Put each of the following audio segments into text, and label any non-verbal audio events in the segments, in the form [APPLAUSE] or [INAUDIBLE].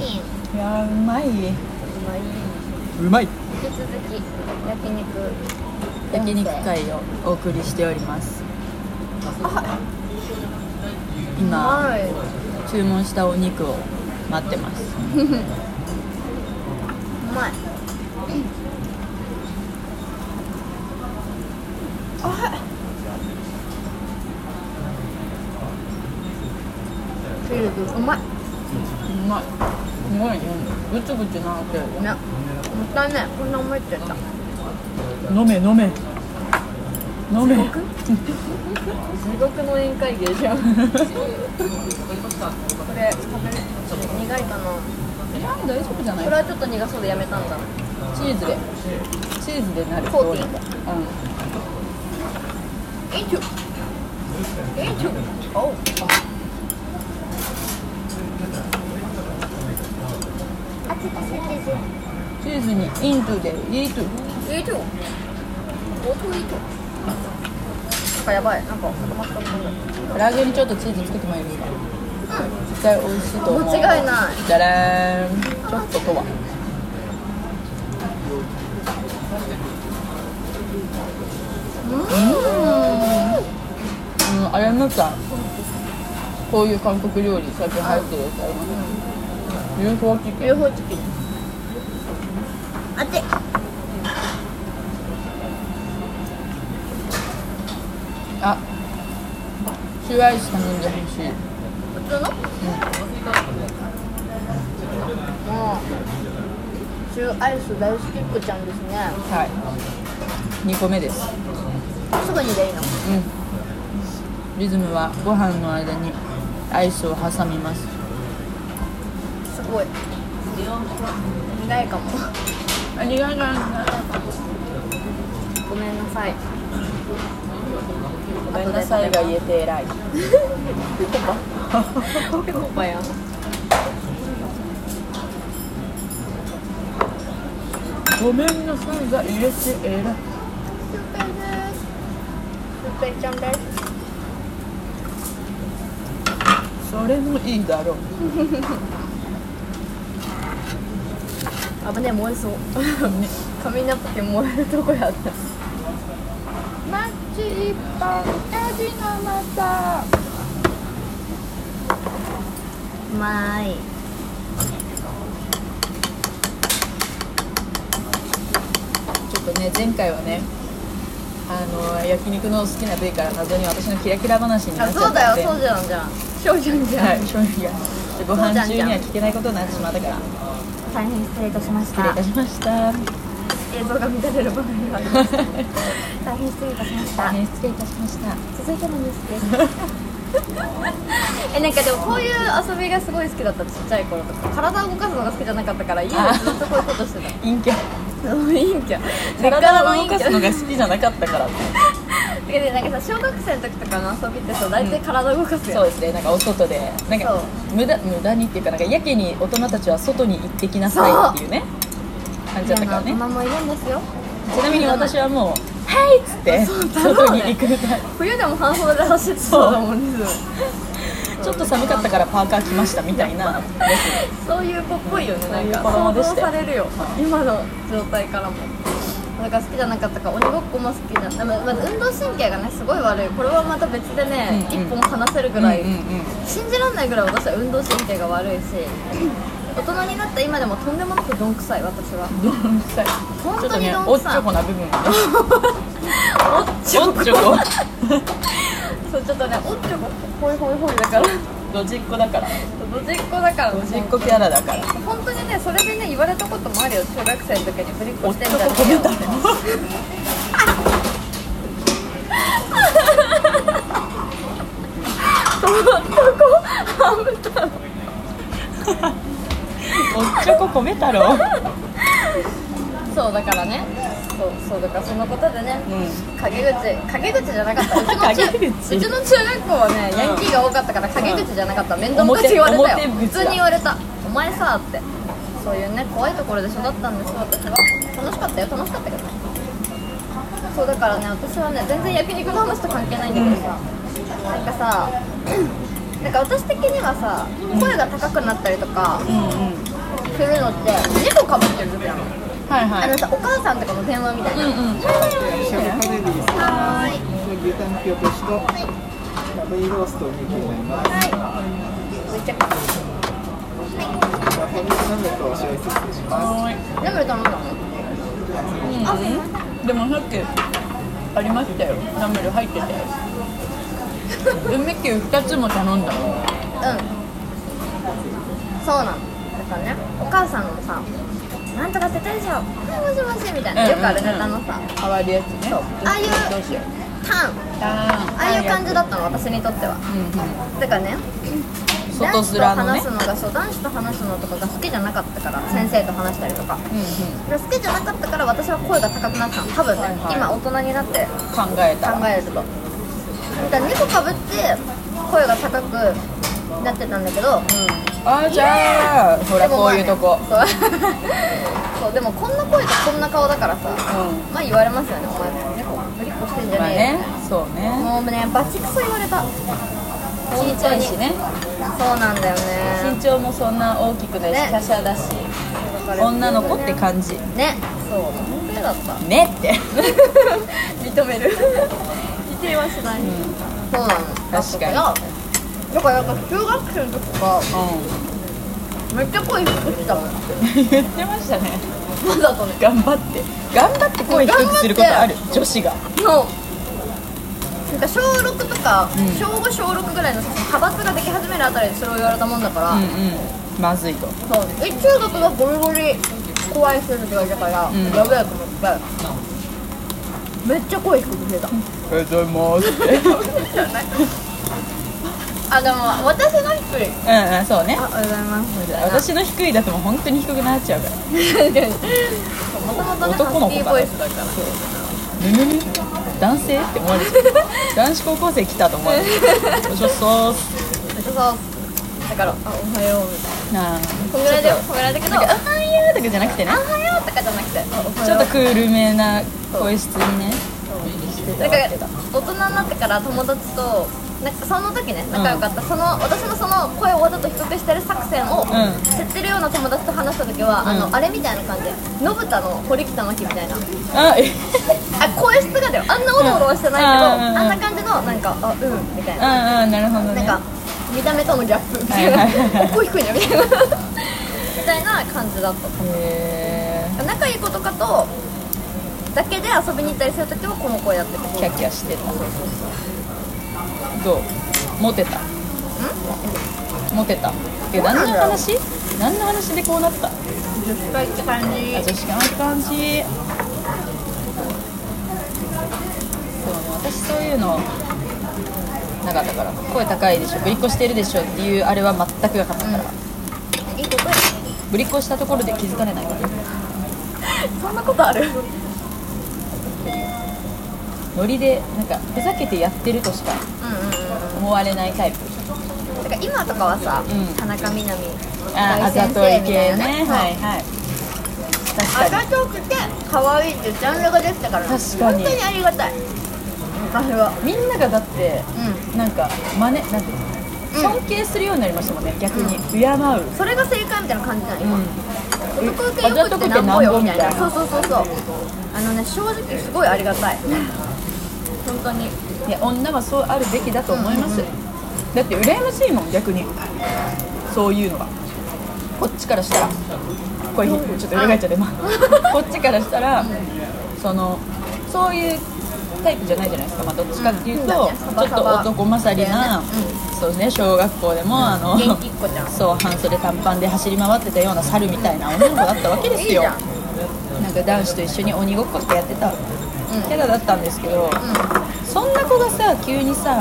いやーうまいまい。うまい引き続き焼肉焼肉会をお送りしております今はい注文したお肉を待ってますうまいあフィールドうまいうまいすごいねぐつぐつなってるねもったいないこんな思っちゃった飲め飲め飲め地獄の宴会芸じゃんこれ食べる苦いかな大丈夫じゃないこれはちょっと苦そうでやめたんだチーズでチーズでなるコーティングうんえいちょえいちょおうチーズにイントでイートえいちょおといちょなんかやばいなんか固まったもんだ唐揚げにちょっとチーズつけてもいいですか絶対美味しいと思う間違いないじゃらーんちょっととはうん、あれのさこういう韓国料理最近入ってるやつありますね UFO チキン UFO チキンあてあシューアイス頼んでほしい普通のもうシューアイス大好きっ子ちゃんですねはい2個目ですすぐにでいいのうんリズムはご飯の間にアイスを挟みますすごい苦いかもありがとうごめんなさいごめんなさいが言えて偉いペコパやんごめんなさいが言えて偉いシュウペイですシュウペイちゃんですそれもいいだろう危ねえ燃え [LAUGHS] そう髪の毛燃えるとこやったマッチ一本味のまたうまいちょっとね前回はねあの焼肉の好きな部位から謎に私のキラキラ話になあっちそゃうっただんでよそうじゃんじゃん翔ちゃんじゃん、はい醤油がでご飯中には聞けないことになってしまったから大変失礼いたしまし失礼いたたしました映像が乱れる場合があり [LAUGHS] ます大変失礼いたしました大変失礼いたしました続いてのニュースです [LAUGHS] えなんかでもこういう遊びがすごい好きだったちっちゃい頃とか体を動かすのが好きじゃなかったから家でずっとこういうことしてた陰キャ [LAUGHS] 陰キャ根っからの体を動陰キかすのャが好きじゃなかったからでなんかさ小学生の時とかの遊びってさ大体体動かすそうよ、ですねなんかお外でなんか無駄無駄にっていうかなんかやけに大人たちは外に行ってきなさいっていうね感じだった嫌からな大ね人もいるんですよちなみに私はもう「はい!」っつって外に行くみたい冬でも半袖で走ってそうだもんですよちょっと寒かったからパーカー着ましたみたいなそういう子っぽいよねそういうなん子か供想で像したよされるよ今の状態からもだから好きじゃなかったから鬼ごっこも好きじゃなままず運動神経がねすごい悪いこれはまた別でね、うんうん一本話せるぐらい、うんうん信じられないぐらい私は運動神経が悪いし大人になった今でもとんでもなくどんくさい私はうんどんくさい本ちょ当っとにねどんおっくちさいょこな部分がねおっちょおこっちょこそうちょっとねおっちょこほいほいほいだからドジっ子だからドジっ子だからドジっ子キャラだから本当にねそれでね言われたこともあるよ小学生の時にぶりっおこっしちてんょじゃねこえ米よだねおっちょこ米太郎そうだからねそうそうだからそのことでね、う陰口陰口じゃなかったうちの [LAUGHS] 陰中口うちの中学校はねうんヤンキーが多かったから陰口じゃなかった面倒表くさい言われたよ表普口だ通に言われた「お前さ」ってそういうね怖いところで育ったんですよ私は楽しかったよ楽しかったけどねそうだからね私はね全然焼肉の話と関係ないんだけどさ、なんかさ [CLEARS THROAT] なんか私的にはさ声が高くなったりとかうんうんするのって事故かぶってる時なのはいあはのいさお母さんとかの電話みたいな、うんうんシャブカルビーはーい牛タンピオとしとラブイローストを抜いてになりますはいめっちゃラブイナムとお醤油セットしますはーいナムル頼んだのうんうん、でもさっきありましたよナムル入ってたよ梅キュー2つも頼んだのうんそうなのだからねお母さんのさ「なんとか世帯者はいもしもし」みたいな、うんよくあるネタのさ変わるやつねそうああいうどうしようターンあああいう感じだ、だったの私にとってはうんうん、だからね外すらのね男子と話すのがそう男子と話すのとかが好きじゃなかったから先生と話したりとかうんうん、好きじゃなかったから私は声が高くなったの多分ね、はいはい今大人になって考えた考らえるとだから2個かぶって声が高くなってたんだけどうん、あーじゃあほらでもまあこういねうとこ、そう [LAUGHS] そうでもこんな声とこんな顔だからさうまあ言われますよねお前猫ぶりっこしてんじゃんまあねえよね、そうねもうねバチクソ言われたちいちゃいしねそうなんだよ身ね長もそんな大きくないしね華奢だし女の子って感じねそう本当だ [LAUGHS] ったねって認める [LAUGHS] 否定はしない、そうなの確かにだからなんか中学生の時とかうめっちゃ恋してきたもんん [LAUGHS] 言ってましたねわざとね頑張って頑張って声低くすることある女子がのなんか小6とか、ん小5小6ぐらいの派閥ができ始めるあたりでそれを言われたもんだから、うんうんまずいとそうえ中学がゴリゴリ怖い人って言われたから、やんべえと思ってめっちゃ声低くしてたおはようございますってあでも私の低いうんうんそうねあおはようございますみたいな私の低いだともう本当に低くなっちゃうからもともとね男のハスキー子かボらイスだから男性って思われちゃう男子高校生来たと思われるおしょそうっすそうだから「あおはよう」みたいなあな褒められて褒められたけど「なんあか「おはよう」とかじゃなくてねおはよう」とかじゃなくて「あおはちょよっうとクールめな声質にねして」だたわからけだ大人になってから友達となんかその時ね仲良かった、その私のその声をわざと低くしてる作戦をん知ってるような友達と話した時は、あのあれみたいな感じのぶたの堀北真希みたいなあえあ声質がだよあんなおどおどはしてないけうど、んうんうんあんな感じのなんか「あうん」みたいなああなるほどなねんか見た目とのギャップみたいなはいはいはいお声低いなみたいなみたいな感じだったへ仲いい子とかとだけで遊びに行ったりするときはこの声だってーキャッキャしてたどうモテたモテたえ何の話何の話でこうなったあ女子会って感じ女子かな感じそうね私そういうのなかったから声高いでしょぶりっこしてるでしょっていうあれは全くなかったから、いいことやぶりっこしたところで気づかれないからそんなことあるノリでなんかふざけてやってるとしかうんうんう思われないタイプんだから今とかはさ、うん田中みな実ああ大ざ先とい生みたい系なねはいはいあ確かざとくて可愛いっていうジャンルができたからね確かに本当にありがたい昔はにみんながだってうなんか真似なんていうのん、う尊敬するようになりましたもんね逆に敬う、ん、それが正解みたいな感じなの今、男受けあよざくとってくてななんんぼぼよよみみたたいいななそうそうそうそうあのね正直すごいありが [LAUGHS] たい本当にいや女はそうあるべきだと思います、だって羨ましいもん逆にそういうのがこっちからしたらこれちょっと裏返っちゃってまあこっちからしたら、そのそういうタイプじゃないじゃないですか、まあ、どっちかっていうと、うんちょっと男勝りな、そうね小学校でも、あの元気っ子ちゃんそう半袖短パンで走り回ってたような猿みたいな女の子だったわけですよいいじゃんなんか男子と一緒に鬼ごっこしてやってたキャラだったんですけど、そんな子がさ急にさ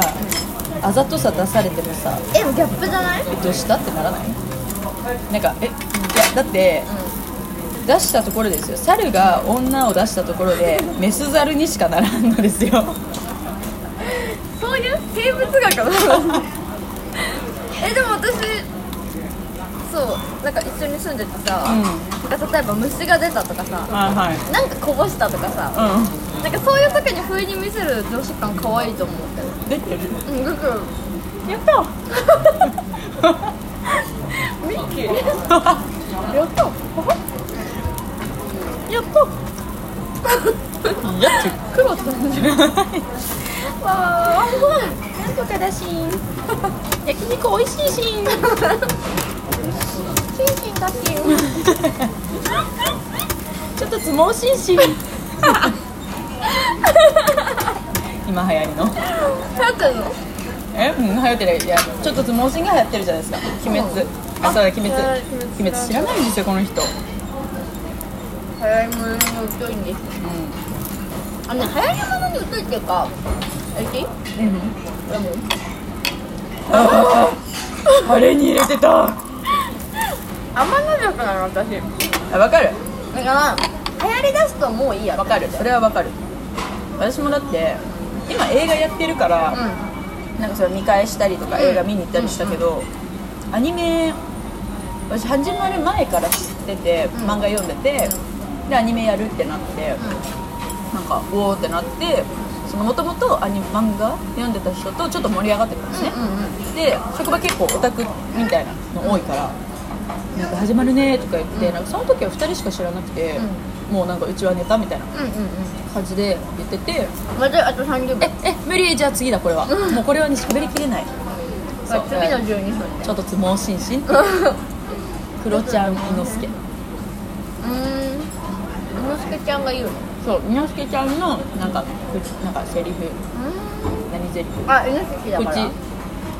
あざとさ出されてもさえギャップじゃないえどうしたってならないなんかえいやだって、出したところですよ猿が女を出したところでメス猿にしかならんのですよそういう生物学の [LAUGHS] えでも私そうなんか一緒に住んでてさ、うんなんか例えば虫が出たとかさあはいなんかこぼしたとかさうなんかそういう時に不意に見せる女子感可愛いと思ってん出てるうん、僕やったーミッキーやったやったやっち黒ってなんじゃないわあなんとかだしん焼肉おいしいしんしんしんだしんちょっと相撲紳士今流行りのなんかのえうん流行ってるいやちょっと相撲心が流行ってるじゃないですか鬼滅あそうだ鬼滅知らない鬼滅知らないんですよこの人早いものに疎いんですあのね早いものに疎いっていうかえしレモンあれに入れてたあ甘なじゃかなの私だわかるから流行りだすともういいやわかるそれはわかる私もだって今映画やってるから、うなんかそれ見返したりとかうん映画見に行ったりしたけど、アニメ私始まる前から知っててん漫画読んでて、でアニメやるってなって、なんかおおってなってもともと漫画読んでた人とちょっと盛り上がってたんですね、んうんうんで職場結構オタクみたいなの多いから「なんか始まるね」とか言って、なんかその時は2人しか知らなくて、もうなんかうちはネタみたいなうんうん感じで言っててうんまたあと30え分え無理じゃあ次だこれは、もうこれはね喋りきれない次そうの12分ちょっと相撲心 [LAUGHS] 身クロちゃん猪之助うーん宇之助ちゃんが言うのうそう猪之助ちゃんのなんか口なんかセリフ何セリフーんあ宇之助だから口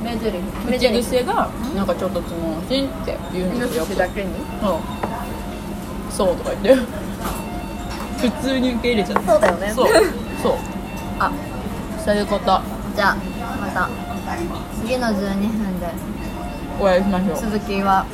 目尻目口尻癖がなんかちょっと相撲心って言うん宇です之よ助だけにそうそうとか言って普通に受け入れちゃったそうだよねそうそうあそういうことじゃあまた次の12分でお会いしましょう続きは